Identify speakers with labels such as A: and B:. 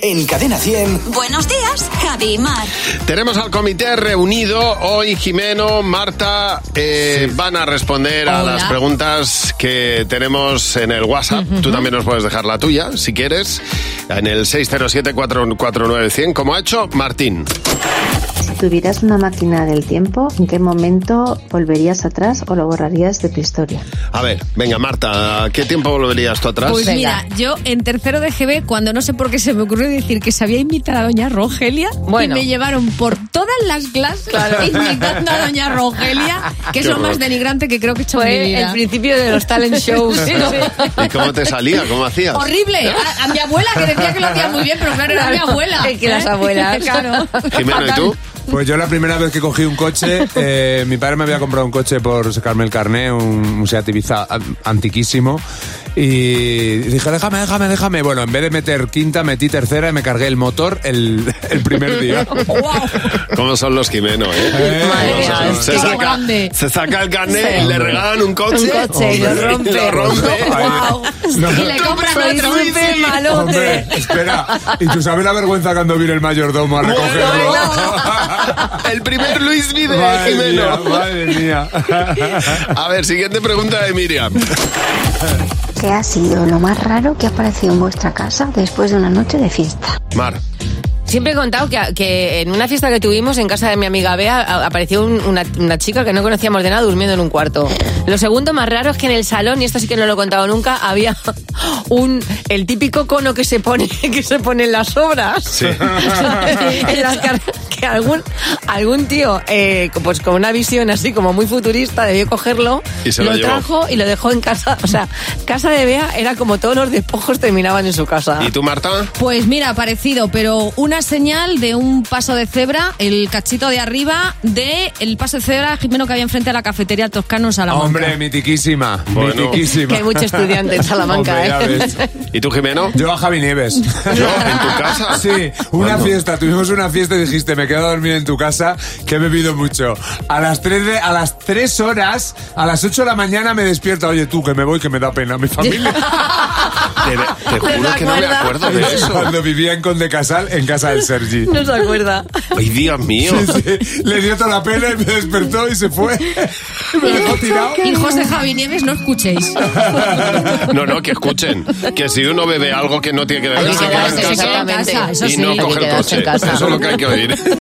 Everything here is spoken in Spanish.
A: en Cadena 100.
B: Buenos días, Javi y Mar.
C: Tenemos al comité reunido. Hoy Jimeno, Marta eh, van a responder a
B: Hola.
C: las preguntas que tenemos en el WhatsApp. Tú también nos puedes dejar la tuya, si quieres, en el 607-449-100, como ha hecho Martín.
D: Si tuvieras una máquina del tiempo, ¿en qué momento volverías atrás o lo borrarías de tu historia?
C: A ver, venga, Marta, ¿a ¿qué tiempo volverías tú atrás?
E: Pues mira, yo en tercero de GB, cuando no sé por qué se me ocurrió decir que sabía imitar a Doña Rogelia,
F: Bueno.
E: y me llevaron por todas las clases imitando a Doña Rogelia, que es
C: Qué
E: lo más
C: horror.
E: denigrante que creo que he hecho en mi
F: Fue
E: vida.
F: el principio de los talent shows.
C: ¿Y cómo te salía? ¿Cómo hacías?
E: Horrible. A, a mi abuela, que decía que lo hacía muy bien, pero claro, era mi abuela. ¿eh?
F: Es que las abuelas,
E: claro.
C: Jimeno, ¿y tú?
G: Pues yo la primera vez que cogí un coche, eh, mi padre me había comprado un coche por sacarme el carné, un, un Seat Ibiza an- antiquísimo, y dije, déjame, déjame, déjame. Bueno, en vez de meter quinta, metí tercera y me cargué el motor el, el primer día.
C: ¿Cómo son los Jimeno, eh?
G: Eh,
C: ¿Cómo
F: Madre
C: son?
F: mía, es
C: se,
F: que
C: saca,
E: grande.
C: se saca el carnet
F: Sí.
C: le regalan un coche.
F: Un coche y lo
C: Hombre,
F: rompe.
C: lo rompe.
F: Guau.
G: No,
E: Y le compras
F: Soy
E: otro.
F: súper
G: Hombre,
F: malote.
G: espera. ¿Y tú sabes la vergüenza cuando viene el mayordomo a recogerlo?
C: El primer Luis Vide
G: Madre mía,
C: Jimeno.
G: madre mía.
C: A ver, siguiente pregunta de Miriam.
D: ¿Qué ha sido lo más raro que ha aparecido en vuestra casa después de una noche de fiesta?
C: Mar.
F: Siempre he contado que, que en una fiesta que tuvimos en casa de mi amiga Bea a- apareció un- una, una chica que no conocíamos de nada durmiendo en un cuarto. Lo segundo más raro es que en el salón, y esto sí que no lo he contado nunca, había un el típico cono que se pone que se pone en las obras. En las car- que algún, algún tío eh, co- pues con una visión así como muy futurista debió cogerlo,
C: Y se lo
F: lo,
C: llevó.
F: trajo y lo dejó en casa. O sea, casa de Bea era como todos los despojos terminaban en su casa.
C: ¿Y tú, Marta?
E: Pues mira, parecido, pero una señal de un paso de cebra, el cachito de arriba de el paso de cebra Jimeno que había enfrente a la cafetería Toscano en Salamanca.
G: Hombre, mitiquísima.
C: Bueno.
G: mitiquísima.
F: Que hay mucho estudiante en Salamanca,
G: Hombre, ya
F: ¿eh?
G: ves.
C: ¿Y tú, Jimeno?
G: Yo a Javi Nieves.
C: ¿Yo? ¿En tu casa?
G: Sí, una
C: ¿Cuándo?
G: fiesta. Tuvimos una fiesta y dijiste, me quedo a dormir en tu casa, que he bebido mucho. A las 3, de- a las 3 horas, a las 8 de la mañana me despierta. Oye, tú, que me voy, que me da pena mi familia.
C: Te, te juro que no me acuerdo de eso.
G: Cuando vivía en Conde Casal, en casa del Sergi.
F: No se acuerda.
C: Ay, Dios mío.
G: Sí, le dio toda la pena y me despertó y se fue. Me dejó tirado.
E: Hijos de Javi Nieves, no escuchéis.
C: No, no, que escuchen. Que si uno bebe algo que no tiene que beber,
F: Hay que
C: se queda en
F: quedarse,
C: casa
F: exactamente.
E: Eso
C: y
E: sí,
C: no
F: hay que
C: coge el
F: quedarse
C: coche.
F: en casa.
C: Eso es lo que hay que oír.